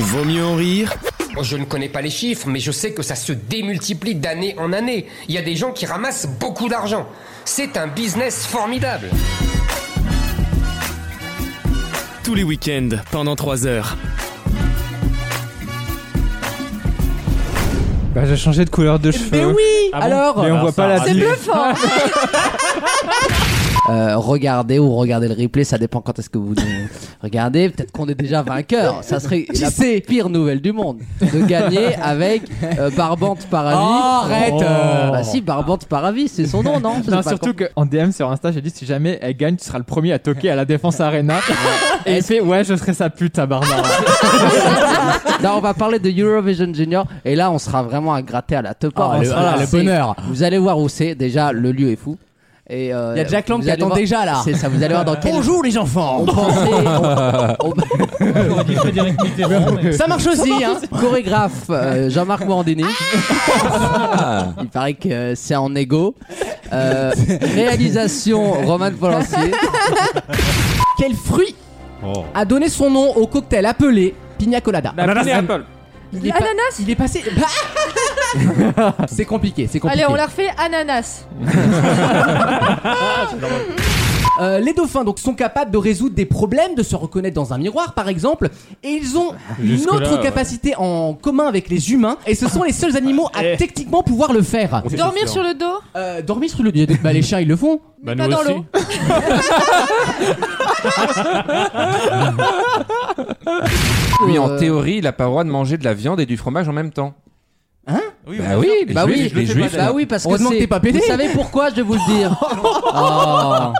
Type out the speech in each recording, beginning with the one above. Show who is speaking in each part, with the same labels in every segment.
Speaker 1: Vaut mieux en rire
Speaker 2: Je ne connais pas les chiffres, mais je sais que ça se démultiplie d'année en année. Il y a des gens qui ramassent beaucoup d'argent. C'est un business formidable.
Speaker 1: tous les week-ends pendant 3 heures.
Speaker 3: Bah, j'ai changé de couleur de
Speaker 4: Mais
Speaker 3: cheveux.
Speaker 4: Eh ben oui
Speaker 3: Ah bon
Speaker 4: Alors,
Speaker 3: Mais on voit pas la
Speaker 4: c'est
Speaker 3: bille.
Speaker 4: bluffant
Speaker 5: Euh, regardez ou regardez le replay, ça dépend quand est-ce que vous nous regardez. Peut-être qu'on est déjà vainqueur. Ça serait la pire nouvelle du monde de gagner avec euh, Barbante Paravis.
Speaker 4: Oh, arrête, euh.
Speaker 5: Bah si, Barbante Paravis, c'est son nom, non C'est
Speaker 3: Non,
Speaker 5: pas
Speaker 3: surtout qu'en DM sur Insta, j'ai dit si jamais elle gagne, tu seras le premier à toquer à la Défense Arena. Et il fait ouais, je serai sa pute à
Speaker 4: Ah.
Speaker 3: Barbara.
Speaker 5: con. Non, on va parler de Eurovision Junior et là, on sera vraiment à gratter à la top
Speaker 4: Ah, le- ah, le bonheur.
Speaker 5: Vous allez voir où c'est. Déjà, le lieu est fou. Et, euh,
Speaker 4: Il y a Jack Lang
Speaker 5: vous
Speaker 4: qui
Speaker 5: allez
Speaker 4: attend
Speaker 5: voir-
Speaker 4: déjà là
Speaker 5: C'est ça, vous allez voir dans quel.
Speaker 4: Bonjour les enfants
Speaker 5: On pensait. on- on-
Speaker 4: Ça marche aussi hein
Speaker 5: Chorégraphe euh, Jean-Marc Morandini. Il paraît que euh, c'est en égo. Euh, réalisation Roman Polanski.
Speaker 4: Quel fruit a donné son nom au cocktail appelé Pina Colada il est, pas-
Speaker 6: Ananas
Speaker 4: il est passé. c'est compliqué, c'est compliqué.
Speaker 6: Allez, on la refait ananas.
Speaker 4: Euh, les dauphins donc sont capables de résoudre des problèmes, de se reconnaître dans un miroir par exemple, et ils ont une autre capacité en commun avec les humains, et ce sont les seuls animaux à techniquement pouvoir le faire.
Speaker 6: Dormir sur le dos
Speaker 4: Euh, dormir sur le dos, bah, les chiens ils le font.
Speaker 6: mais Pas dans l'eau.
Speaker 7: Oui, en
Speaker 5: Euh,
Speaker 7: théorie, il a pas le droit de manger de la viande et du fromage en même temps. Hein Bah oui, les
Speaker 5: Bah oui,
Speaker 7: juifs, les juifs.
Speaker 5: bah oui, parce que
Speaker 4: Heureusement Ah que
Speaker 5: c'est-
Speaker 4: t'es pas pédé.
Speaker 5: Vous savez pourquoi je vais vous le dire. Oh.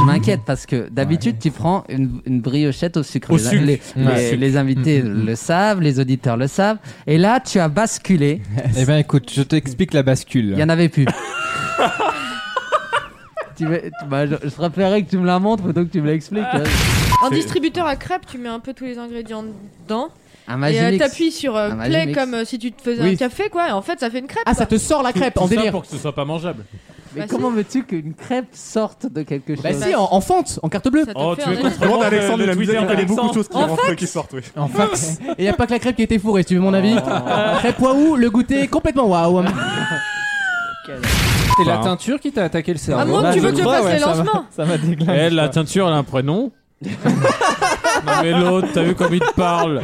Speaker 5: Je m'inquiète parce que d'habitude tu prends une, une briochette au sucre. Mm, les, les- les- les invités le savent, les auditeurs le savent. Et là tu as basculé.
Speaker 3: Eh ben écoute, je t'explique la bascule.
Speaker 5: Il y en avait plus. tu veux- tu- bah, je, je préférerais que tu me la montres plutôt que tu me l'expliques. hein.
Speaker 6: Un distributeur à crêpes, tu mets un peu tous les ingrédients dedans.
Speaker 5: Un
Speaker 6: et euh,
Speaker 5: Magimix.
Speaker 6: t'appuies sur euh,
Speaker 5: Un
Speaker 6: play
Speaker 5: Magimix.
Speaker 6: comme euh, si tu te faisais
Speaker 4: Oui.
Speaker 6: un café, quoi. Et en fait, ça fait une crêpe.
Speaker 4: Ah ça te sort la crêpe en délire.
Speaker 8: pour que ce soit pas mangeable.
Speaker 5: Mais
Speaker 6: Bah, si.
Speaker 5: comment veux-tu qu'une crêpe sorte de quelque chose
Speaker 4: Bah si, en, en fente, en carte bleue.
Speaker 6: Ça te
Speaker 8: Oh,
Speaker 6: fait
Speaker 8: tu veux
Speaker 6: un-
Speaker 8: qu'on se remonte Alexandre le Twitter d'Alexandre
Speaker 9: choses qui, rentrent, qui sortent. Oui.
Speaker 3: En fait,
Speaker 4: Et y a pas que la crêpe qui a été fourrée, si tu veux mon avis. Crêpe waouh, le goûter complètement waouh.
Speaker 7: C'est
Speaker 8: hein.
Speaker 7: la teinture qui t'a attaqué le
Speaker 6: Ah,
Speaker 7: cerveau.
Speaker 6: moi, tu veux que je
Speaker 3: Ouais,
Speaker 6: fasse
Speaker 3: ouais,
Speaker 6: les
Speaker 3: ça va.
Speaker 6: lancements
Speaker 3: ça m'a déglingué.
Speaker 8: Eh, la teinture, elle a un prénom. non, mais l'autre, t'as vu comme il te parle.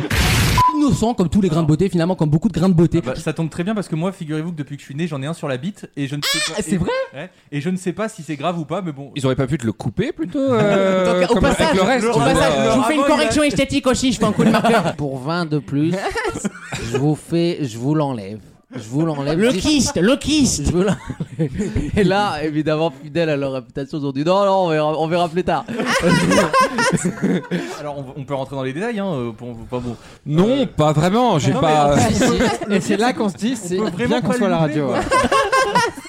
Speaker 4: Innocent comme tous les grains de beauté, finalement comme beaucoup de grains de beauté.
Speaker 7: Ah
Speaker 10: Bah, ça tombe très bien parce que moi, figurez-vous que depuis que je suis né, j'en ai un sur la bite et je ne sais pas.
Speaker 4: Ah, c'est
Speaker 10: et-
Speaker 4: vrai
Speaker 10: ouais, Et je ne sais pas si c'est grave ou pas, mais bon.
Speaker 7: Ils auraient pas pu te le couper plutôt euh,
Speaker 4: Donc, au
Speaker 7: comme
Speaker 4: passage,
Speaker 7: avec le reste.
Speaker 4: au
Speaker 7: tu vois,
Speaker 4: passage,
Speaker 7: euh,
Speaker 4: je vous fais une
Speaker 10: bravo,
Speaker 4: correction esthétique aussi, je fais un coup de marqueur.
Speaker 5: Pour 20 de plus, je vous fais, je vous l'enlève. Je vous l'enlève.
Speaker 4: Le
Speaker 5: Si-
Speaker 4: kyste, le kyste.
Speaker 5: je vous l'enlève. Et là, évidemment, fidèles à leur réputation, ils ont dit non, non, on verra, on verra plus tard.
Speaker 10: Alors, on, on peut rentrer dans les détails, hein. euh, Pour, pas bon.
Speaker 7: Non, pas vraiment. J'ai pas.
Speaker 3: Et c'est là qu'on se dit, c'est
Speaker 10: peut vraiment
Speaker 3: bien qu'on
Speaker 10: pas
Speaker 3: soit à la
Speaker 10: le
Speaker 3: radio.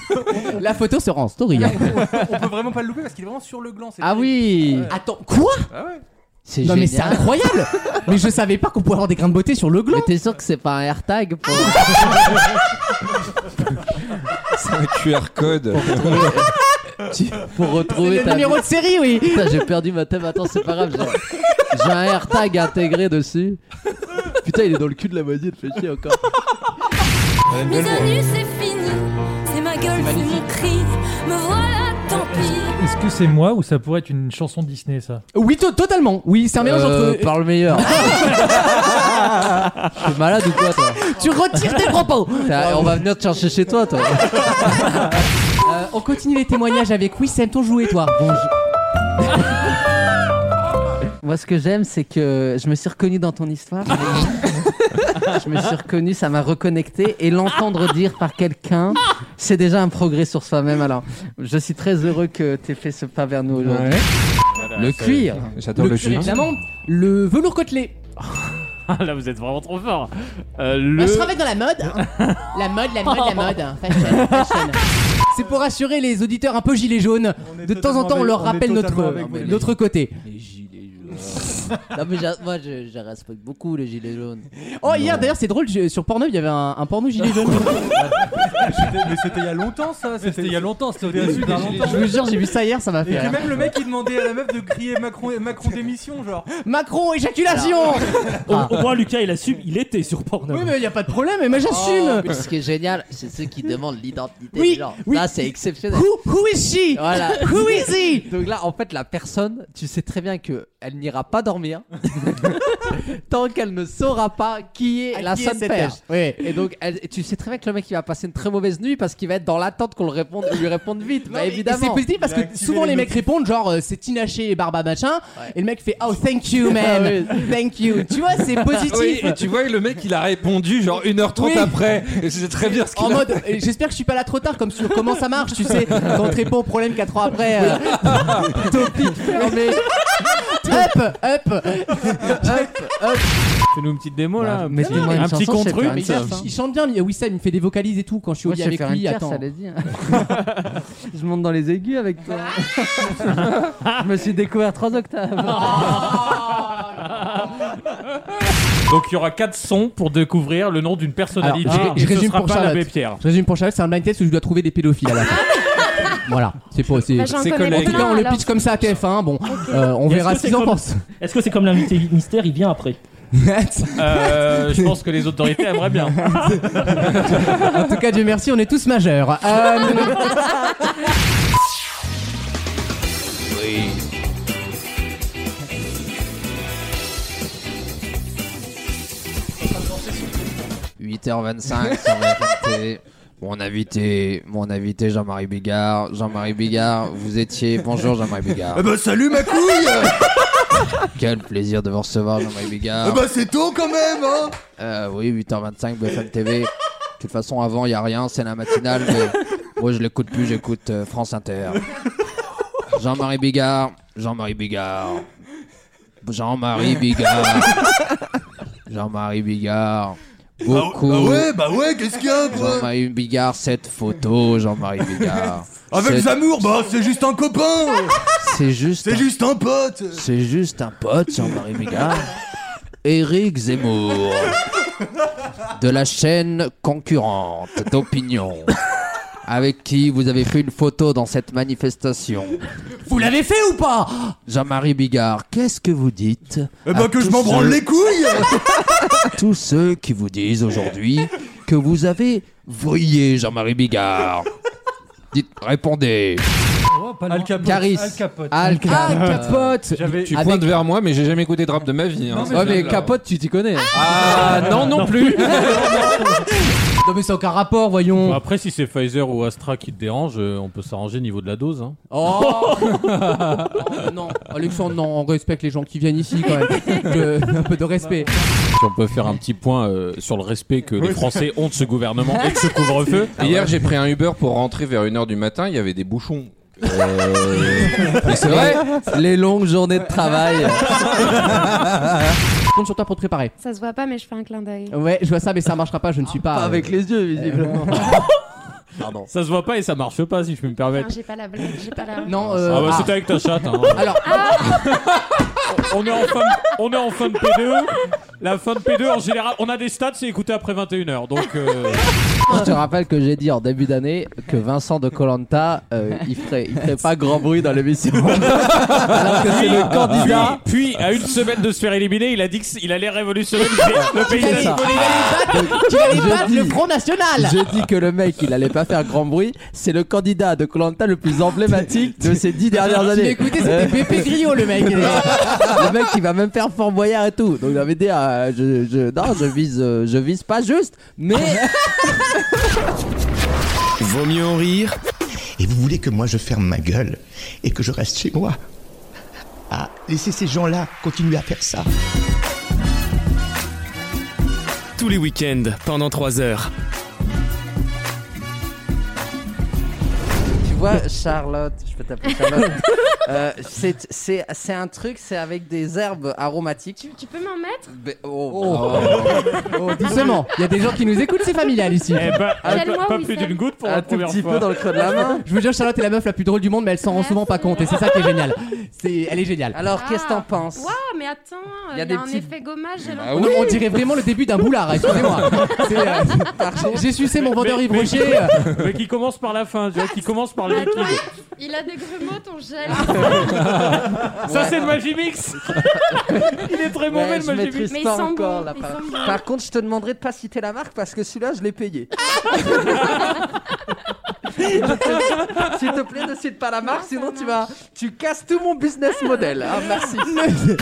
Speaker 10: louper,
Speaker 3: ouais.
Speaker 4: La photo sera en story. hein.
Speaker 10: on peut vraiment pas le louper parce qu'il est vraiment sur le gland. c'est
Speaker 5: Ah
Speaker 10: terrible.
Speaker 5: oui,
Speaker 4: Attends, quoi
Speaker 10: Ah ouais.
Speaker 5: c'est
Speaker 4: Non
Speaker 5: génial.
Speaker 4: mais c'est incroyable. Mais je savais pas qu'on pouvait avoir des grains de beauté sur le gland.
Speaker 5: Mais t'es sûr que c'est pas un AirTag pour...
Speaker 7: C'est un QR code.
Speaker 5: tu- pour retrouver
Speaker 4: C'est le
Speaker 5: ta
Speaker 4: numéro de série, oui.
Speaker 5: Putain, j'ai perdu ma thème. Attends, c'est pas grave. J'ai, j'ai un AirTag intégré dessus. Putain, il est dans le cul de la moitié, il fait chier encore.
Speaker 11: Mes anus c'est fini, c'est ma gueule, c'est mon cri, me voilà tant
Speaker 3: Bah,
Speaker 11: pis.
Speaker 9: Est-ce que c'est moi ou ça pourrait être une chanson Disney ça
Speaker 4: Oui, to- totalement. Oui, c'est un mélange
Speaker 5: Euh,
Speaker 4: entre.
Speaker 5: Parle meilleur. Je suis malade ou quoi, toi
Speaker 4: Ah Tu retires tes propos.
Speaker 5: T'as- On va venir te chercher chez toi, toi.
Speaker 4: Euh, on continue les témoignages avec oui, Sam, ton jouet, toi.
Speaker 5: Moi, ce que j'aime, c'est que je me suis reconnu dans ton histoire. je me suis reconnu, ça m'a reconnecté. Et l'entendre dire par quelqu'un, c'est déjà un progrès sur soi-même. Alors, je suis très heureux que t'aies fait ce pas vers nous aujourd'hui. Le cuir.
Speaker 7: J'adore le, jus.
Speaker 4: Évidemment, le velours côtelé.
Speaker 8: Ah, là, vous êtes vraiment trop fort. Euh, le...
Speaker 5: Bah,
Speaker 4: On se remet dans la mode. hein. La mode, la mode, la mode. hein. Fashion, fashion. C'est pour assurer les auditeurs un peu gilets jaunes.
Speaker 10: On est
Speaker 4: De temps en temps,
Speaker 10: totalement
Speaker 4: on leur
Speaker 10: avec- on est
Speaker 4: rappelle notre,
Speaker 10: totalement avec vous, les
Speaker 4: notre côté.
Speaker 5: Non, mais j'a- moi, je, je respecte beaucoup les gilets jaunes.
Speaker 4: Oh, hier d'ailleurs, c'est drôle, je- sur Pornhub, il y avait un, un porno gilet jaune.
Speaker 10: Mais c'était il y a longtemps ça C'était il y a longtemps, c'était au-dessus d'un longtemps.
Speaker 4: Je vous jure, j'ai vu ça hier, ça m'a
Speaker 10: Et
Speaker 4: fait
Speaker 10: que
Speaker 4: rire.
Speaker 10: même le mec il demandait à la meuf de crier Macron, Macron démission, genre.
Speaker 4: Macron, éjaculation
Speaker 12: Au, au moins, Lucas, il assume, il était sur Pornhub.
Speaker 4: Oui, mais il a pas de problème, mais moi
Speaker 5: Oh,
Speaker 4: j'assume
Speaker 5: mais ce qui est génial, c'est ceux qui demandent l'identité
Speaker 4: Oui,
Speaker 5: des gens.
Speaker 4: oui.
Speaker 5: Là, c'est exceptionnel.
Speaker 4: Who, who is she
Speaker 5: Voilà.
Speaker 4: Who is he
Speaker 5: Donc là, en fait, la personne, tu sais très bien que elle n'ira pas dormir tant qu'elle ne saura pas qui est
Speaker 4: À
Speaker 5: la
Speaker 4: qui est
Speaker 5: sonne
Speaker 4: cette
Speaker 5: père.
Speaker 4: Oui.
Speaker 5: Et donc, elle- et tu sais très bien que le mec, il va passer une très mauvaise nuit parce qu'il va être dans l'attente qu'on le réponde, lui réponde vite. bah,
Speaker 4: Et
Speaker 5: évidemment.
Speaker 4: C'est positif parce
Speaker 5: Il a
Speaker 4: que
Speaker 5: activé
Speaker 4: souvent les
Speaker 5: les
Speaker 4: mecs répondent genre euh, c'est Tinaché et Barba machin et le mec fait oh thank you
Speaker 5: Ah
Speaker 4: man thank you tu vois c'est positif
Speaker 7: Oui, et tu vois, le mec, il a répondu genre 1h30
Speaker 4: Oui.
Speaker 7: après. Et c'était très bien ce qu'il
Speaker 4: en
Speaker 7: a
Speaker 4: mode euh, j'espère que je suis pas là trop tard comme sur comment ça marche tu sais quand tu réponds au problème 4 ans après euh, topic fermé up up
Speaker 8: Fais-nous une petite démo là.
Speaker 5: mettez-moi
Speaker 8: un
Speaker 5: une
Speaker 8: petit
Speaker 5: chanson, je sais
Speaker 8: contru.
Speaker 5: faire une hein.
Speaker 4: il,
Speaker 7: hein.
Speaker 4: chante- il chante bien mais Wissam il me fait des vocalises et tout quand je suis au
Speaker 5: Moi,
Speaker 4: lit
Speaker 5: je sais
Speaker 4: avec
Speaker 5: faire une
Speaker 4: lui
Speaker 5: tierce,
Speaker 4: attends
Speaker 5: ça l'a dit. je monte dans les aigus avec toi. je me suis découvert trois octaves.
Speaker 8: Donc il y aura quatre sons pour découvrir le nom d'une
Speaker 4: Alors,
Speaker 8: personnalité.
Speaker 4: je,
Speaker 8: Et
Speaker 4: je
Speaker 8: ce
Speaker 4: résume
Speaker 8: sera
Speaker 4: pour
Speaker 8: pas
Speaker 4: Charlotte.
Speaker 8: l'abbé Pierre.
Speaker 4: Je résume pour Charlotte, c'est un blind test où je dois trouver des pédophiles à la fin. voilà, c'est pas c'est-
Speaker 6: Bah, j'en
Speaker 4: c'est
Speaker 6: connais
Speaker 4: En tout
Speaker 6: plein,
Speaker 4: cas, on le
Speaker 6: alors.
Speaker 4: pitch comme ça à TF1. Bon, euh, on
Speaker 12: Est-ce
Speaker 4: verra
Speaker 12: que
Speaker 4: ce
Speaker 12: c'est
Speaker 4: qu'ils en
Speaker 12: comme-
Speaker 4: pensent.
Speaker 12: Est-ce que c'est comme l'invité mystère, il vient après
Speaker 8: Euh, je pense que les autorités aimeraient bien.
Speaker 4: en tout cas, Dieu merci, on est tous majeurs. Euh,
Speaker 13: Oui.
Speaker 5: Bon, 8h25 sur la TV. Mon invité, mon invité Jean-Marie Bigard. Jean-Marie Bigard, vous étiez. Bonjour Jean-Marie Bigard.
Speaker 13: Eh ben salut ma couille
Speaker 5: Quel plaisir de vous recevoir Jean-Marie Bigard.
Speaker 13: Eh ben c'est tôt quand même hein
Speaker 5: Euh, oui, 8h25 BFM TV. De toute façon, avant, il n'y a rien, c'est la matinale. Mais moi, je l'écoute plus, j'écoute euh, France Inter. Jean-Marie Bigard, Jean-Marie Bigard, Jean-Marie Bigard, Jean-Marie Bigard. Beaucoup.
Speaker 13: bah ouais, bah ouais, qu'est-ce qu'il y a, quoi
Speaker 5: Jean-Marie Bigard, cette photo, Jean-Marie Bigard.
Speaker 13: Avec
Speaker 5: Cette-
Speaker 13: Zamour, bah c'est juste un copain
Speaker 5: C'est juste.
Speaker 13: C'est juste un pote
Speaker 5: C'est juste un pote, Jean-Marie Bigard. Éric Zemmour. De la chaîne concurrente d'opinion. Avec qui vous avez fait une photo dans cette manifestation.
Speaker 4: vous l'avez fait ou pas
Speaker 5: Jean-Marie Bigard, qu'est-ce que vous dites
Speaker 13: Eh
Speaker 5: à
Speaker 13: ben que je
Speaker 5: tous
Speaker 13: m'en branle
Speaker 5: ceux-
Speaker 13: les couilles
Speaker 5: Tous ceux qui vous disent aujourd'hui que vous avez vrillé Jean-Marie Bigard. Dites, répondez.
Speaker 10: Al Capote.
Speaker 5: Caris.
Speaker 10: Oh, Al Capote.
Speaker 5: Al
Speaker 13: Ah,
Speaker 5: Capote.
Speaker 10: J'avais-
Speaker 7: Tu pointes vers moi, mais j'ai jamais écouté de rap de ma vie. hein,
Speaker 5: Ouais, mais
Speaker 7: celle-là.
Speaker 5: Capote, tu t'y connais.
Speaker 7: Ah non, non plus
Speaker 4: Non, mais c'est aucun rapport, voyons.
Speaker 8: Bon,
Speaker 7: Bah.
Speaker 8: après, si c'est Pfizer ou Astra qui te dérange, euh, on peut s'arranger au niveau de la dose. hein.
Speaker 4: Oh Non, Alexandre, non, on respecte les gens qui viennent ici quand même. Je- un peu de respect.
Speaker 8: Si on peut faire un petit point euh, sur le respect que les Français ont de ce gouvernement et de ce couvre-feu.
Speaker 7: Hier, j'ai pris un Uber pour rentrer vers 1h du matin, il y avait des bouchons. Euh, mais c'est vrai
Speaker 5: Les longues journées de travail.
Speaker 4: Je compte sur toi pour te préparer.
Speaker 6: Ça se voit pas, mais je fais un clin d'œil.
Speaker 4: Ouais, je vois ça, mais ça marchera pas, je ne suis pas. euh,
Speaker 5: les yeux, visiblement.
Speaker 8: Ça se voit pas et ça marche pas, si je peux me
Speaker 6: Enfin,
Speaker 8: permettre.
Speaker 6: j'ai pas la blague, j'ai pas la.
Speaker 4: Non, euh,
Speaker 8: ah bah,
Speaker 4: ah.
Speaker 8: c'était avec ta chatte. hein.
Speaker 4: Alors,
Speaker 8: On est en fin de, on est en fin de P2. La fin de P2 en général, on a des stats, c'est écouté après 21h. Donc euh,
Speaker 5: Je te rappelle que j'ai dit en début d'année que Vincent de Colanta, euh, il ferait, il ferait pas grand bruit dans l'émission. Alors que c'est le candidat.
Speaker 8: puis, puis, à une semaine de se faire éliminer, il a dit qu'il allait révolutionner le, le pays de la
Speaker 4: tu vas les battre
Speaker 5: dis-
Speaker 4: le Front National
Speaker 5: J'ai dit que le mec, il allait pas faire grand bruit. C'est le candidat de Colanta le plus emblématique de ces dix dernières
Speaker 4: Tu l'as
Speaker 5: années.
Speaker 4: écouté,
Speaker 5: Euh,
Speaker 4: c'était Pépé Griot le mec.
Speaker 5: le mec, il va même faire Fort Boyard et tout. Donc j'avais dit, euh, je, je- non, je vise, euh, je vise pas juste, mais
Speaker 1: Vaut mieux en rire
Speaker 14: Et vous voulez que moi je ferme ma gueule et que je reste chez moi Ah, laissez ces gens-là continuer à faire ça.
Speaker 1: tous les week-ends pendant 3 heures.
Speaker 5: Si vois, Charlotte, je peux t'appeler Charlotte. Euh, c'est- c'est c'est un truc, c'est avec des herbes aromatiques.
Speaker 6: Tu peux m'en mettre
Speaker 5: Mais- oh.
Speaker 4: Oh. Oh, doucement, il y a des gens qui nous écoutent, c'est familial ici.
Speaker 8: Eh ben,
Speaker 5: un Quel peu- mois, pas plus Wissem d'une goutte pour Un la tout première petit fois. peu dans le creux de la main.
Speaker 4: Je vous jure, Charlotte est la meuf la plus drôle du monde, mais elle s'en rend souvent pas compte, et c'est ça qui est génial. C'est, elle est géniale.
Speaker 5: Alors, qu'est-ce que t'en penses
Speaker 6: Ah. Waouh, mais attends, il y a,
Speaker 5: des
Speaker 6: un
Speaker 5: petits- Bah
Speaker 6: effet gommage. j'ai
Speaker 5: Ah
Speaker 4: Non,
Speaker 6: l'impression.
Speaker 4: On dirait vraiment le début d'un boulard, excusez-moi. C'est, euh, j'ai- J'ai sucé mon vendeur Yves
Speaker 8: mais-
Speaker 4: Rocher. euh,
Speaker 8: Mais qui commence par la fin, tu vois, qui commence par le liquide.
Speaker 6: Ah, Il a des grumeaux, ton gel.
Speaker 5: Ah,
Speaker 8: Ça, c'est le Magimix Il est très mauvais,
Speaker 5: Ouais,
Speaker 8: le
Speaker 5: je maîtrise
Speaker 8: Magimix
Speaker 5: pas encore là, par... par contre, je te demanderai de pas citer la marque parce que celui-là, je l'ai payé. S'il te plaît, ne cite pas la marque, sinon tu vas, tu casses tout mon business model. Ah, merci.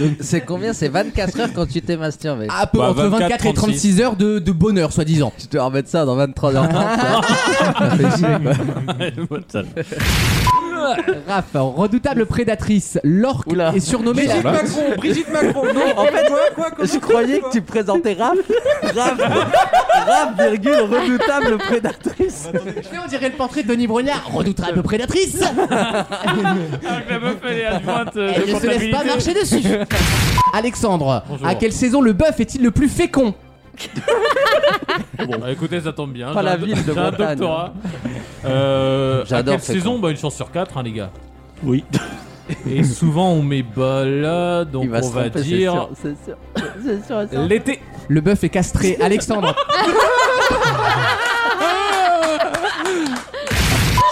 Speaker 5: Donc, C'est combien C'est 24 heures quand tu t'es masturbé.
Speaker 4: un Ah, peu entre 24, et 36 heures de, de bonheur, soi-disant.
Speaker 5: Tu dois remettre ça dans 23h30.
Speaker 4: Raph, redoutable prédatrice, l'orque est surnommée
Speaker 5: Brigitte
Speaker 4: la-
Speaker 5: Macron, Brigitte Macron, non, en fait, je croyais que tu présentais Raph, Raph, Raph, virgule, redoutable prédatrice.
Speaker 4: Mais on dirait le portrait de Denis Brognard, redoutable prédatrice.
Speaker 8: La meuf, elle est adjointe. euh,
Speaker 4: Elle
Speaker 8: de
Speaker 4: ne se laisse pas
Speaker 8: comptabilité.
Speaker 4: marcher dessus. Alexandre,
Speaker 8: Bonjour.
Speaker 4: à quelle saison le bœuf est-il le plus fécond
Speaker 8: Bon, bah, écoutez, ça tombe bien.
Speaker 4: Pas
Speaker 8: J'ai
Speaker 4: la
Speaker 8: un-
Speaker 4: ville de
Speaker 8: J'ai un
Speaker 4: Bretagne.
Speaker 8: doctorat. Euh,
Speaker 4: J'adore
Speaker 8: à quelle
Speaker 4: cette
Speaker 8: saison Bah, une chance sur quatre, hein, les gars. Oui. Et souvent, on met bah là, donc
Speaker 5: Il va
Speaker 8: on
Speaker 5: se
Speaker 8: va
Speaker 5: tromper, c'est
Speaker 8: dire
Speaker 5: sûr, c'est sûr, c'est sûr, c'est sûr.
Speaker 8: l'été.
Speaker 4: Le bœuf est castré. Alexandre,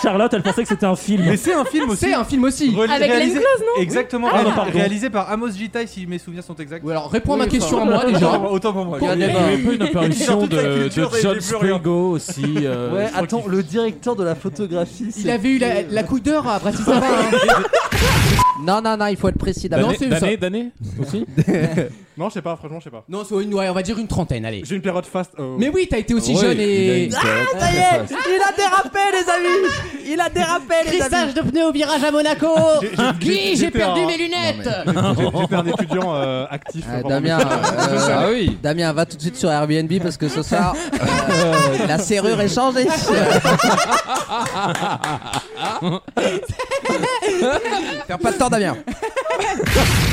Speaker 12: Charlotte, elle pensait que c'était un film.
Speaker 10: Mais c'est un film aussi.
Speaker 4: c'est un film aussi.
Speaker 10: Reli-
Speaker 6: Avec Glenn
Speaker 10: réalisé-
Speaker 6: Close, non
Speaker 10: Exactement,
Speaker 12: Ah,
Speaker 10: ré-
Speaker 12: pardon.
Speaker 10: réalisé par Amos Gitaï si mes souvenirs sont exacts.
Speaker 4: Ou alors réponds à ma
Speaker 10: Oui,
Speaker 4: question à
Speaker 10: enfin,
Speaker 4: moi déjà.
Speaker 10: Autant pour moi.
Speaker 4: Il y a
Speaker 10: j'ai-
Speaker 4: des-
Speaker 8: Il y a eu une apparition
Speaker 10: Surtout la
Speaker 8: de,
Speaker 10: culture
Speaker 8: de
Speaker 10: des- des
Speaker 8: John
Speaker 10: pluriels.
Speaker 8: Springo aussi. euh,
Speaker 5: Ouais,
Speaker 8: je crois
Speaker 5: attends, le directeur de la photographie.
Speaker 4: Il
Speaker 5: c'est-
Speaker 4: avait eu la, la couille d'heure à Bratislava. hein.
Speaker 5: Non, non, non, il faut être précis d'abord.
Speaker 4: Non, c'est ça.
Speaker 8: d'année aussi
Speaker 10: Non, je sais pas, franchement, je sais pas.
Speaker 4: Non, c'est
Speaker 5: Ah,
Speaker 4: une, ouais, on va dire une trentaine, allez.
Speaker 10: J'ai une période fast. euh,
Speaker 4: Mais oui, t'as été aussi
Speaker 10: Ouais,
Speaker 4: jeune et. Ah,
Speaker 10: il a une période
Speaker 5: Ça y
Speaker 10: très
Speaker 5: est,
Speaker 10: fast.
Speaker 5: il a dérapé, les amis. Il a dérapé, les amis.
Speaker 4: de pneus au virage à Monaco Guy, j'ai
Speaker 10: j'étais
Speaker 4: perdu
Speaker 10: un-
Speaker 4: mes lunettes
Speaker 10: J'ai- J'étais un étudiant euh, actif.
Speaker 5: Ah,
Speaker 10: pendant
Speaker 5: Damien,
Speaker 10: mes-
Speaker 5: euh,
Speaker 7: Ah oui.
Speaker 5: Damien, va tout de suite sur Airbnb parce que ce soir, euh, la serrure est changée. Perds pas de temps, Damien.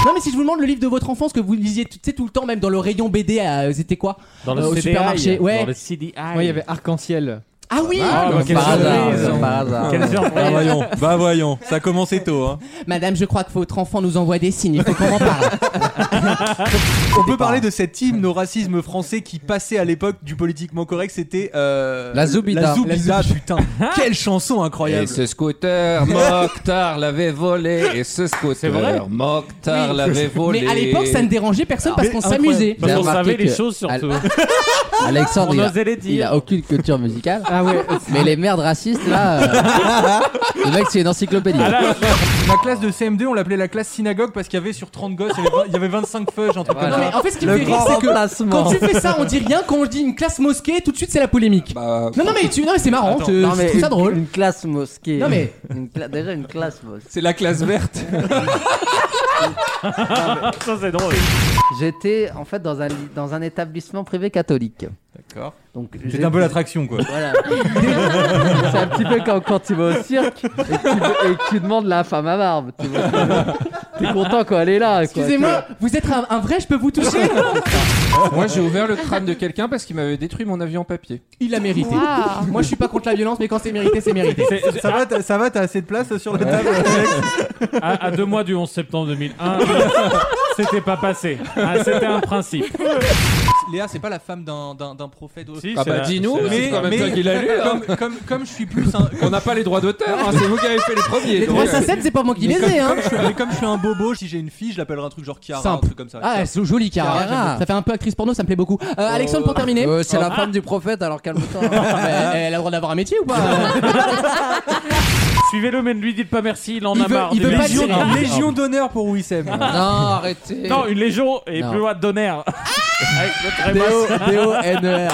Speaker 4: Non, mais si je vous demande le livre de votre enfance que vous lisiez tu sais, tout le temps, même dans le rayon BD, à- euh, c'était quoi
Speaker 8: Dans le
Speaker 4: Euh, Au
Speaker 8: CDI,
Speaker 4: supermarché, ouais.
Speaker 8: Dans le CDI.
Speaker 3: Moi, il y avait Arc-en-ciel.
Speaker 4: Ah oui
Speaker 8: Ah, bah, quelle
Speaker 5: Par hasard,
Speaker 8: surprise.
Speaker 5: par hasard.
Speaker 8: Quelle
Speaker 10: Bah
Speaker 8: surprise.
Speaker 10: voyons, bah voyons, ça a commencé tôt. Hein.
Speaker 4: Madame, je crois que votre enfant nous envoie des signes, il faut qu'on en parle.
Speaker 10: On peut parler de cet hymne au racisme français qui passait à l'époque du politiquement correct, c'était. euh,
Speaker 5: La Zoubida.
Speaker 10: La Zoubida, putain.
Speaker 8: Hein
Speaker 10: Quelle chanson
Speaker 7: Et
Speaker 10: incroyable.
Speaker 7: ce scooter, Mokhtar l'avait volé. Et ce
Speaker 8: vrai.
Speaker 7: scooter, Mokhtar
Speaker 4: Oui.
Speaker 7: l'avait volé.
Speaker 4: Mais à l'époque, ça ne dérangeait personne parce
Speaker 10: Mais
Speaker 4: qu'on
Speaker 10: incroyable.
Speaker 4: s'amusait.
Speaker 8: Parce
Speaker 5: J'ai
Speaker 8: qu'on
Speaker 5: remarqué
Speaker 8: savait les
Speaker 5: que-
Speaker 8: choses surtout.
Speaker 5: Alexandre,
Speaker 8: On
Speaker 5: il a,
Speaker 8: osait les dire.
Speaker 5: il a aucune culture musicale.
Speaker 3: Ah ouais.
Speaker 5: Mais les merdes racistes, là, euh, le mec, c'est une encyclopédie.
Speaker 8: Ah là,
Speaker 10: La classe de CM2, on l'appelait la classe synagogue parce qu'il y avait sur 30 gosses, il y avait, vingt- il y avait 25 feuilles, un truc comme
Speaker 4: Non, mais
Speaker 10: ça.
Speaker 4: en fait, ce qui me
Speaker 5: Le
Speaker 4: fait rire,
Speaker 5: grand
Speaker 4: c'est que
Speaker 5: remplacement.
Speaker 4: quand tu fais ça, on dit rien. Quand on dit une classe mosquée, tout de suite, c'est la polémique.
Speaker 10: Bah,
Speaker 4: Non, non, mais, tu... non, mais c'est marrant,
Speaker 10: Attends.
Speaker 4: tu- je trouve
Speaker 5: une,
Speaker 4: ça drôle.
Speaker 5: une classe mosquée.
Speaker 4: Non, mais-
Speaker 5: Une cla- déjà une classe mosquée.
Speaker 7: C'est la classe verte.
Speaker 8: ça c'est drôle.
Speaker 5: J'étais en fait dans un, li- dans un établissement privé catholique.
Speaker 7: D'accord.
Speaker 5: Donc
Speaker 10: C'était
Speaker 5: j'ai-
Speaker 10: un peu l'attraction quoi.
Speaker 5: Voilà. c'est un petit peu comme quand tu vas au cirque et que tu, et que tu demandes la femme à barbe. Tu vois. T'es content quand elle est là. quoi.
Speaker 4: Excusez-moi, vous êtes un, un vrai, je peux vous toucher
Speaker 7: Moi, j'ai ouvert le crâne de quelqu'un parce qu'il m'avait détruit mon avion en papier.
Speaker 4: Il l'a mérité.
Speaker 6: Waouh.
Speaker 4: Moi, je suis pas contre la violence, mais quand c'est mérité, c'est mérité.
Speaker 10: Ça va, t'as- ça va, t'as assez de place sur la table Alex
Speaker 8: À, à deux mois du 11 septembre 2001, c'était pas passé. Ah, c'était un principe.
Speaker 10: Léa, c'est pas la femme d'un- d'un d'un prophète.
Speaker 8: Si,
Speaker 7: Ah
Speaker 8: c'est
Speaker 7: bah
Speaker 8: la-
Speaker 7: dis-nous,
Speaker 8: c'est la-
Speaker 7: c'est quand même
Speaker 10: mais-
Speaker 7: toi qui l'as lu. hein.
Speaker 10: Comme, comme, comme je suis plus un.
Speaker 7: On n'a pas les droits d'auteur, hein, c'est vous qui avez fait les premiers.
Speaker 4: Les
Speaker 7: donc,
Speaker 4: droits
Speaker 7: euh,
Speaker 4: ça c'est pas moi qui les ai, hein
Speaker 10: Comme je suis- mais comme je suis un bobo, si j'ai une fille, je l'appellerai un truc genre Chiara, un
Speaker 4: Simple.
Speaker 10: truc comme ça.
Speaker 4: Ah, c'est joli, Cara.
Speaker 5: Cara.
Speaker 4: J'aime- Ça fait un peu actrice porno, ça me plaît beaucoup. Euh, Alexandre, pour terminer.
Speaker 5: Euh, c'est
Speaker 8: Ah.
Speaker 5: la femme du prophète, alors calme-toi.
Speaker 4: Euh, elle a le droit d'avoir un métier ou pas
Speaker 8: Suivez-le, mais ne lui dites pas merci, il en
Speaker 4: Il
Speaker 8: a
Speaker 4: veut-
Speaker 8: marre.
Speaker 4: il
Speaker 8: des
Speaker 4: veut pas
Speaker 8: merci.
Speaker 4: dire-
Speaker 8: Non,
Speaker 10: Légion- Légion d'honneur pour Wissem.
Speaker 5: non, arrêtez.
Speaker 8: Non, une légion et
Speaker 5: Non.
Speaker 8: plus loin d'honneur. Avec notre Emma.
Speaker 5: D-O-N-E-R.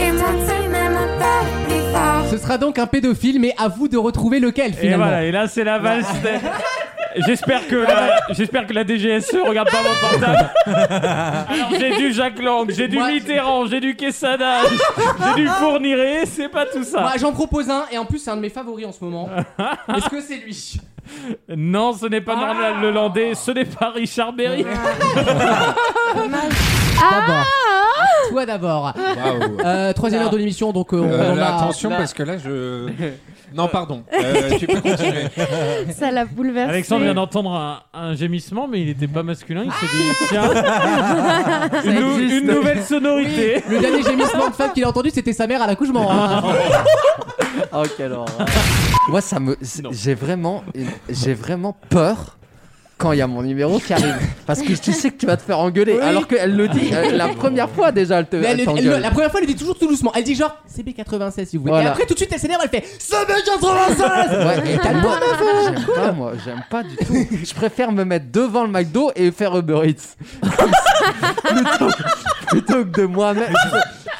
Speaker 11: Et moi, tu m'aimes pas plus fort.
Speaker 4: Ce sera donc un pédophile, mais à vous de retrouver lequel
Speaker 8: Et
Speaker 4: finalement.
Speaker 8: voilà, et là c'est la valse. J'espère que, la... j'espère que la DGSE E regarde pas mon portable. Alors j'ai du Jacques Lang, j'ai du
Speaker 4: Moi-
Speaker 8: Mitterrand, j'ai du Quesada, j'ai du Fourniret, c'est pas tout ça.
Speaker 4: Moi, J'en propose un et en plus c'est un de mes favoris en ce moment. Est-ce que c'est lui
Speaker 8: Non, ce n'est pas
Speaker 4: Ah.
Speaker 8: Norman Lelandais, ce n'est pas Richard Berry.
Speaker 4: D'abord. Toi d'abord.
Speaker 7: Bravo.
Speaker 4: Euh, troisième
Speaker 7: Non.
Speaker 4: heure de l'émission, donc euh, on
Speaker 7: Euh,
Speaker 4: en
Speaker 7: là,
Speaker 4: a-
Speaker 7: attention parce que là je. Non, pardon. Euh, tu peux continuer.
Speaker 6: Ça l'a bouleversé.
Speaker 8: Alexandre vient d'entendre un, un gémissement, mais il n'était pas masculin. Il s'est dit tiens,
Speaker 4: Ah. Ça
Speaker 8: une, nou-
Speaker 4: existe.
Speaker 8: une nouvelle sonorité.
Speaker 4: Oui, le dernier gémissement de femme qu'il a entendu, c'était sa mère à l'accouchement. hein.
Speaker 5: Oh, quelle horreur. Moi, ça me. c'est- J'ai vraiment, j'ai vraiment peur quand il y a mon numéro qui arrive. Parce que tu sais que tu vas te faire engueuler.
Speaker 4: Oui.
Speaker 5: Alors qu'elle le dit euh, la première fois déjà, elle te.
Speaker 4: Mais elle-
Speaker 5: elle
Speaker 4: elle-
Speaker 5: t'engueule.
Speaker 4: la première fois, elle le dit toujours tout doucement. Elle dit genre CB96 si vous voulez. Et
Speaker 5: Voilà.
Speaker 4: après, tout de suite, elle s'énerve, elle fait CB96
Speaker 5: Ouais, et
Speaker 4: T'as
Speaker 5: t'as
Speaker 4: le
Speaker 5: le
Speaker 4: droit de faire
Speaker 5: J'aime pas, moi, j'aime pas du tout. Je préfère me mettre devant le McDo et faire Uber Eats. Comme ça, plutôt, plutôt que de moi-même.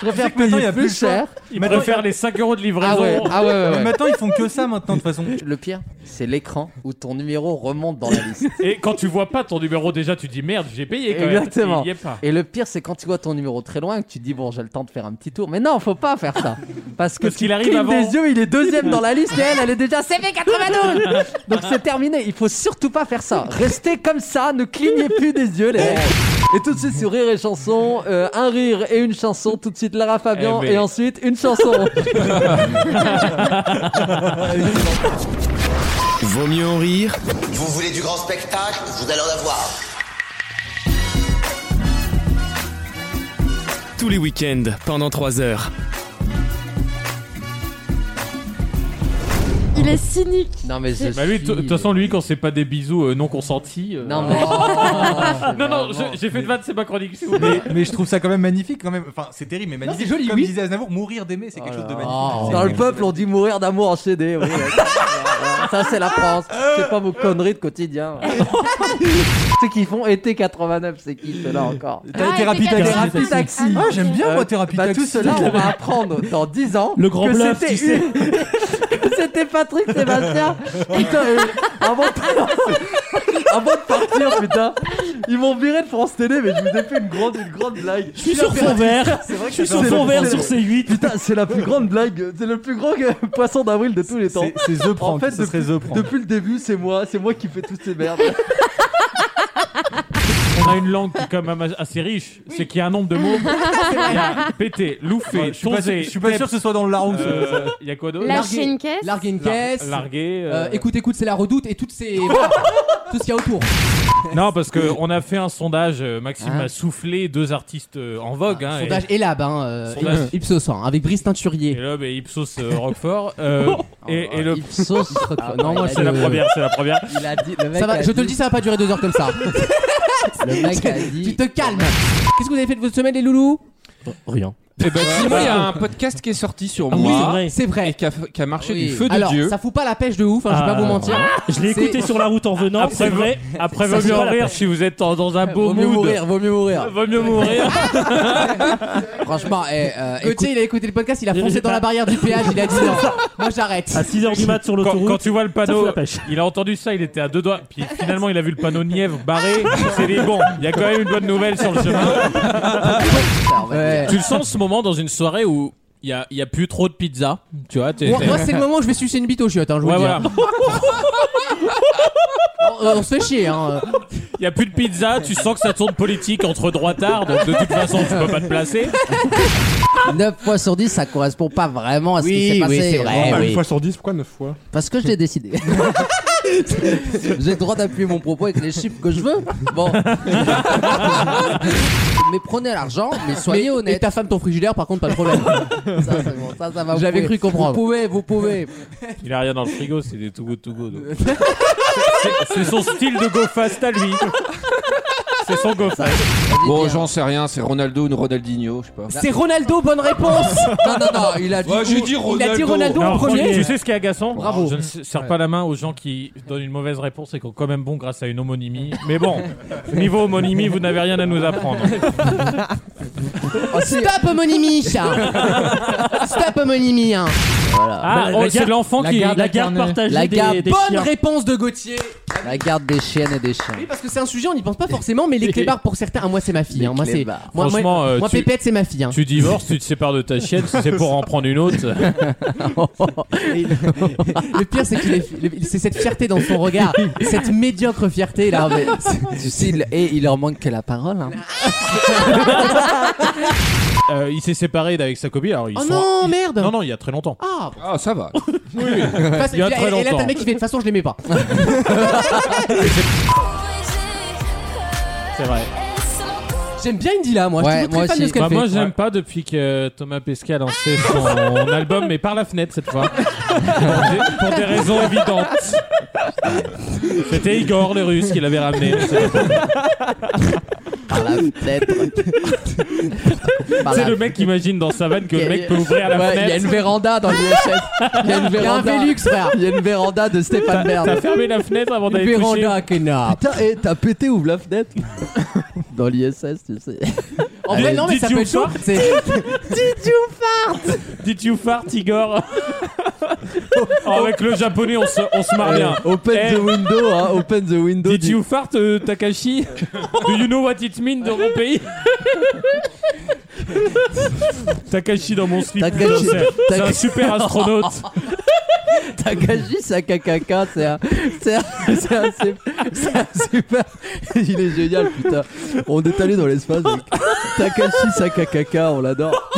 Speaker 5: Je préfère payer plus cher.
Speaker 8: Il préfère les 5 euros de livraison.
Speaker 5: Ah ouais, ah ouais, ouais, ouais.
Speaker 10: Maintenant, ils font que ça maintenant de toute façon.
Speaker 5: Le pire, c'est l'écran où ton numéro remonte dans la liste.
Speaker 8: Et quand tu vois pas ton numéro, déjà tu dis merde, j'ai payé quand
Speaker 5: Exactement.
Speaker 8: même. Il y est pas.
Speaker 5: Et le pire, c'est quand tu vois ton numéro très loin et que tu dis bon, j'ai le temps de faire un petit tour. Mais non, faut pas faire ça. Parce que
Speaker 8: Parce
Speaker 5: tu
Speaker 8: qu'il arrive
Speaker 5: clignes
Speaker 8: avant.
Speaker 5: des yeux, il est deuxième dans la liste et elle, elle est déjà CV92. Donc c'est terminé. Il faut surtout pas faire ça. Restez comme ça, ne clignez plus des yeux, les mecs. Et tout de suite sur Rire et Chanson, euh, un rire et une chanson. Tout de suite Lara Fabian
Speaker 8: Eh ben.
Speaker 5: et ensuite une chanson.
Speaker 1: Vaut mieux en rire.
Speaker 13: Vous voulez du grand spectacle Vous allez en avoir.
Speaker 1: Tous les week-ends pendant 3 heures.
Speaker 6: Il est cynique.
Speaker 5: Non mais
Speaker 8: Bah lui, de toute façon, lui, quand c'est pas des bisous euh, non consentis. euh,
Speaker 5: Non, mais-
Speaker 8: non, non, je- j'ai fait de vanne, c'est pas chronique. s'il vous plaît.
Speaker 10: Mais, mais je trouve ça quand même magnifique quand même. Enfin, c'est terrible, mais magnifique.
Speaker 8: c'est joli,
Speaker 10: Comme
Speaker 8: oui.
Speaker 10: disait Aznavour, mourir d'aimer,
Speaker 3: Oh
Speaker 10: c'est quelque chose de magnifique.
Speaker 5: Oh, Dans le peuple, on dit mourir d'amour en CD. oui. ça, c'est la France. C'est pas vos conneries de quotidien. ceux qui font été 89, c'est qui ceux-là encore
Speaker 10: Ah, Thérapie été Taxi. 89.
Speaker 5: Thérapie taxi.
Speaker 10: Ah, j'aime bien,
Speaker 4: Euh,
Speaker 10: moi, Thérapie
Speaker 5: bah,
Speaker 10: Taxi.
Speaker 5: Tout cela, on va apprendre dans 10 ans.
Speaker 10: Le grand
Speaker 5: que
Speaker 10: bluff,
Speaker 5: c'était
Speaker 10: tu sais.
Speaker 5: une- que c'était Patrick Sébastien. Putain, euh, avant de... avant de partir, putain. Ils m'ont viré de France Télé, mais je vous ai fait une grande, une grande blague.
Speaker 12: Je suis sur fond vert.
Speaker 5: C'est vrai que
Speaker 12: Je suis
Speaker 5: c'est
Speaker 12: sur
Speaker 5: la-
Speaker 12: fond vert
Speaker 5: c'est-
Speaker 12: sur C8.
Speaker 5: Putain, c'est la plus grande blague, c'est le plus grand que- poisson d'avril de tous les temps.
Speaker 10: c'est The Prank,
Speaker 5: En fait,
Speaker 10: ce
Speaker 5: depuis,
Speaker 10: serait The Prank.
Speaker 5: depuis le début, c'est moi, c'est moi qui fais toutes ces merdes.
Speaker 8: On a une langue qui est quand même assez riche. C'est qu'il y a un nombre de mots. Il y a pété,
Speaker 10: Ouais,
Speaker 8: louffé,
Speaker 10: je suis pas
Speaker 8: tonzé.
Speaker 10: sûr- je suis pas sûr que ce soit dans le Larousse.
Speaker 8: Euh, Il y a quoi d'autre
Speaker 4: Lâcher
Speaker 6: une caisse.
Speaker 4: Larguer une
Speaker 8: Lar-
Speaker 4: caisse.
Speaker 8: larguer, euh,
Speaker 4: Euh, écoute, écoute, c'est la redoute et toutes ces. voilà, tout ce qu'il y a autour.
Speaker 8: Non, parce qu'on a fait un sondage. euh, Maxime
Speaker 4: Hein
Speaker 8: a soufflé deux artistes euh, en vogue. hein,
Speaker 4: Sondage
Speaker 8: et-
Speaker 4: Elab, hein, euh,
Speaker 8: Sondage.
Speaker 4: Ipsos, hein, avec Brice
Speaker 8: Et
Speaker 4: Teinturier. Oh,
Speaker 8: l'homme et Ipsos euh, Roquefort. euh, et, et le.
Speaker 5: Ipsos Roquefort.
Speaker 4: Non, moi,
Speaker 8: c'est la
Speaker 4: je-
Speaker 8: première, c'est la première.
Speaker 5: Il a dit, le mec
Speaker 4: Ça va,
Speaker 5: a
Speaker 4: je te le
Speaker 5: dit-
Speaker 4: dis, ça va pas durer deux heures comme ça.
Speaker 5: Le mec a
Speaker 4: tu
Speaker 5: dit.
Speaker 4: te calmes. Qu'est-ce que vous avez fait de votre semaine, les loulous Rien.
Speaker 7: Eh ben, sinon, il y a un podcast qui est sorti sur
Speaker 12: Ah oui, c'est
Speaker 7: moi
Speaker 12: vrai.
Speaker 4: C'est vrai.
Speaker 7: et qui a, qui a marché
Speaker 4: Oui.
Speaker 7: du feu de
Speaker 4: Alors,
Speaker 7: Dieu.
Speaker 4: ça fout pas la pêche de ouf, hein, je vais pas vous mentir.
Speaker 12: Je l'ai
Speaker 4: C'est-
Speaker 12: écouté sur la route en venant,
Speaker 8: Après,
Speaker 12: c'est
Speaker 8: vaut-
Speaker 12: vrai.
Speaker 8: Après,
Speaker 12: Ça
Speaker 8: vaut
Speaker 12: fait
Speaker 8: mieux
Speaker 12: pas
Speaker 8: en
Speaker 12: la
Speaker 8: rire
Speaker 12: peine.
Speaker 8: si vous êtes en- dans un beau
Speaker 4: Vaut mieux
Speaker 8: mood.
Speaker 4: mourir, vaut mieux mourir.
Speaker 8: Vaut mieux mourir.
Speaker 4: Franchement, eh, euh, Gauthier, il a écouté le podcast, il a foncé dans la barrière du péage, il a dit non. Moi, j'arrête.
Speaker 5: Ah,
Speaker 12: À 6h du mat sur
Speaker 8: Quand,
Speaker 12: l'autoroute.
Speaker 8: quand tu vois le
Speaker 12: Ça fout
Speaker 8: panneau,
Speaker 12: la pêche.
Speaker 8: il a entendu ça, il était à deux doigts. Puis finalement, il a vu le panneau Nièvre barré. Il s'est dit, bon, il y a quand même une bonne nouvelle sur le chemin.
Speaker 4: Ouais.
Speaker 8: tu le sens ce moment dans une soirée où il n'y a, il y a plus trop de pizza. Tu vois, t'es-
Speaker 4: Moi,
Speaker 8: t'es-
Speaker 4: moi, c'est le moment où je vais sucer une bite aux chiottes, hein, je vous
Speaker 8: Ouais,
Speaker 4: le dis.
Speaker 8: voilà.
Speaker 4: On, on se fait chier, hein.
Speaker 8: Il n'y a plus de pizza, tu sens que ça tourne politique entre droitards, donc de toute façon, tu peux pas te placer.
Speaker 5: 9 fois sur 10, ça correspond pas vraiment à ce qui
Speaker 4: Oui,
Speaker 5: s'est
Speaker 4: oui,
Speaker 5: passé.
Speaker 4: c'est vrai, oui.
Speaker 9: sur 10, pourquoi 9 fois
Speaker 5: Parce que je l'ai décidé. J'ai le droit d'appuyer mon propos avec les chiffres que je veux. Bon. mais prenez l'argent, mais soyez
Speaker 4: Mais- Et
Speaker 5: honnête.
Speaker 4: ta femme, ton frigidaire, par contre, pas de problème.
Speaker 5: Ça, c'est bon, ça, ça va, vous
Speaker 4: J'avais
Speaker 5: pouvez.
Speaker 4: cru comprendre.
Speaker 5: Vous pouvez, vous pouvez.
Speaker 8: Il a rien dans le frigo, c'est des to go to go. donc. C'est- C'est son style de go fast à lui. C'est son go fast.
Speaker 10: hein.
Speaker 7: Bon, j'en sais rien, c'est Ronaldo ou Ronaldinho, je sais pas.
Speaker 4: C'est Ronaldo, bonne réponse.
Speaker 5: Non, non, non, il a dit.
Speaker 7: Ouais, j'ai dit
Speaker 4: Il a dit Ronaldo
Speaker 7: Ronaldo.
Speaker 4: en
Speaker 8: Alors,
Speaker 4: premier.
Speaker 8: tu- Tu sais ce qui est agaçant
Speaker 4: Bravo.
Speaker 8: Je ne serre pas la main aux gens qui donnent une mauvaise réponse et qui ont quand même bon grâce à une homonymie. Mais bon, niveau homonymie, vous n'avez rien à nous apprendre.
Speaker 5: Oh, si.
Speaker 4: Stop homonymie, chat. Stop homonymie. hein.
Speaker 8: Ah,
Speaker 12: Bah,
Speaker 8: oh,
Speaker 12: la
Speaker 8: c'est
Speaker 12: garde-
Speaker 8: l'enfant
Speaker 12: la
Speaker 8: qui.
Speaker 12: garde, la garde partagée
Speaker 5: La
Speaker 12: des,
Speaker 5: garde-
Speaker 12: des
Speaker 4: Bonne
Speaker 12: chiens.
Speaker 4: réponse de Gauthier.
Speaker 5: La garde des chiennes et des chiens.
Speaker 4: Parce que c'est un sujet, on n'y pense pas forcément, mais les clébards pour certains. Ah, moi, c'est ma fille. hein. Moi, c'est. Moi,
Speaker 5: clébards.
Speaker 4: moi-
Speaker 8: Franchement, euh,
Speaker 4: moi,
Speaker 8: tu-
Speaker 4: Pépette, c'est ma fille. hein.
Speaker 8: Tu divorces, tu te sépares de ta chienne, si c'est pour en prendre une autre.
Speaker 4: Et le, le pire, c'est qu'il est- le- c'est cette fierté dans son regard, cette médiocre fierté là. mais-
Speaker 5: Tu sais, il- et il leur manque que la parole. hein.
Speaker 8: Euh, il s'est séparé d'avec sa copine. Alors ils
Speaker 4: Oh
Speaker 8: sont-
Speaker 4: non,
Speaker 8: ils-
Speaker 4: merde.
Speaker 8: Non, non, il y a très longtemps.
Speaker 4: Ah,
Speaker 7: Ah, ça va.
Speaker 4: Enfin,
Speaker 8: Il y a
Speaker 4: et-
Speaker 8: très
Speaker 4: et, là,
Speaker 8: longtemps.
Speaker 4: t'as un mec qui fait de toute façon, je l'aimais pas.
Speaker 8: C'est vrai.
Speaker 4: J'aime bien Indila, moi. je suis toujours très fan de ce qu'elle
Speaker 8: Bah,
Speaker 4: fait.
Speaker 8: moi, j'aime pas depuis que Thomas Pesquet a lancé son album, mais par la fenêtre cette fois. pour, des, pour des raisons évidentes. C'était Igor le russe qui l'avait ramené.
Speaker 5: Par la fenêtre. Par
Speaker 8: C'est
Speaker 5: la-
Speaker 8: le mec qui imagine dans sa vanne que le mec peut ouvrir la
Speaker 5: Ouais,
Speaker 8: fenêtre.
Speaker 5: Il y a une véranda dans l'ISS. Il y a une
Speaker 4: Il y a un
Speaker 5: véranda.
Speaker 4: Velux, frère.
Speaker 5: Il y a une véranda de Stéphane Bern.
Speaker 8: T'as fermé la fenêtre avant
Speaker 5: Une
Speaker 8: d'aller coucher.
Speaker 5: véranda,
Speaker 4: connard.
Speaker 5: Putain, eh, t'as pété, ouvre la fenêtre. Dans l'ISS, tu sais.
Speaker 4: En vrai, non, mais ça peut être chaud. C'est-
Speaker 5: Did you fart
Speaker 8: Did you fart, Igor Oh, Avec le japonais, on se, on se marre bien.
Speaker 5: Open
Speaker 8: Eh,
Speaker 5: the window, hein, open the window.
Speaker 8: Did
Speaker 5: dis-
Speaker 8: you fart, euh, Takashi Do you know what it means dans mon pays Takashi dans mon slip. putain,
Speaker 5: Takashi-
Speaker 8: c'est- C'est un
Speaker 5: Takashi-
Speaker 8: super astronaute.
Speaker 5: Takashi Sakakaka, c'est un, c'est un, c'est un, c'est- c'est un super. Il est génial, putain. On est allé dans l'espace. mec. Takashi Sakakaka, on l'adore.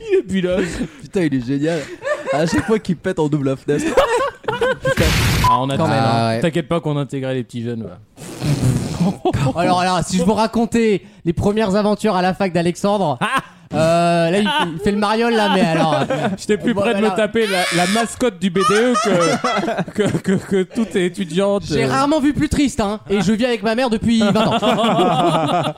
Speaker 8: Il est pilote.
Speaker 5: Putain, il est génial. À chaque fois qu'il pète, on double la fenêtre.
Speaker 8: Ah, on a
Speaker 5: Quand même, hein. ouais.
Speaker 8: T'inquiète pas qu'on intégrait les petits jeunes. va.
Speaker 4: Alors là, si je vous racontais les premières aventures à la fac d'Alexandre. euh, là, il fait, il fait le mariole là, mais alors.
Speaker 8: J'étais plus
Speaker 4: Bon,
Speaker 8: près de
Speaker 4: alors-
Speaker 8: me taper la, la mascotte du BDE que, que, que, que toute étudiante.
Speaker 4: J'ai rarement vu plus triste, hein. Et je vis avec ma mère depuis 20 ans.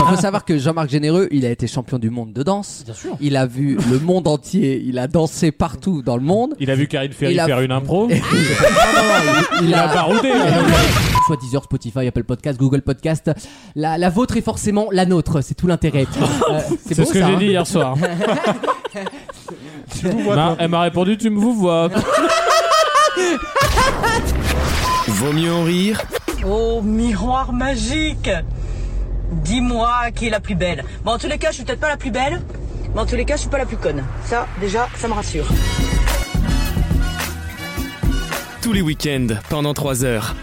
Speaker 5: Il faut savoir que Jean-Marc Généreux, il a été champion du monde de danse. Il a vu le monde entier. Il a dansé partout dans le monde.
Speaker 8: Il a vu Karine Ferry
Speaker 5: Il a-
Speaker 8: faire une impro.
Speaker 4: il,
Speaker 8: Oh, il a baroudé.
Speaker 4: Soit Deezer, Spotify, Apple Podcast, Google Podcast. La, la vôtre est forcément la nôtre, c'est tout l'intérêt. Euh,
Speaker 8: C'est
Speaker 4: beau,
Speaker 8: ce que
Speaker 4: ça,
Speaker 8: j'ai
Speaker 4: hein.
Speaker 8: dit hier soir. Ma- elle m'a répondu Tu me vous vois.
Speaker 1: Vaut mieux en rire.
Speaker 15: Oh, miroir magique Dis-moi qui est la plus belle. Bon, en tous les cas, je suis peut-être pas la plus belle, mais en tous les cas, je suis pas la plus conne. Ça, déjà, ça me rassure.
Speaker 1: Tous les week-ends pendant 3 heures.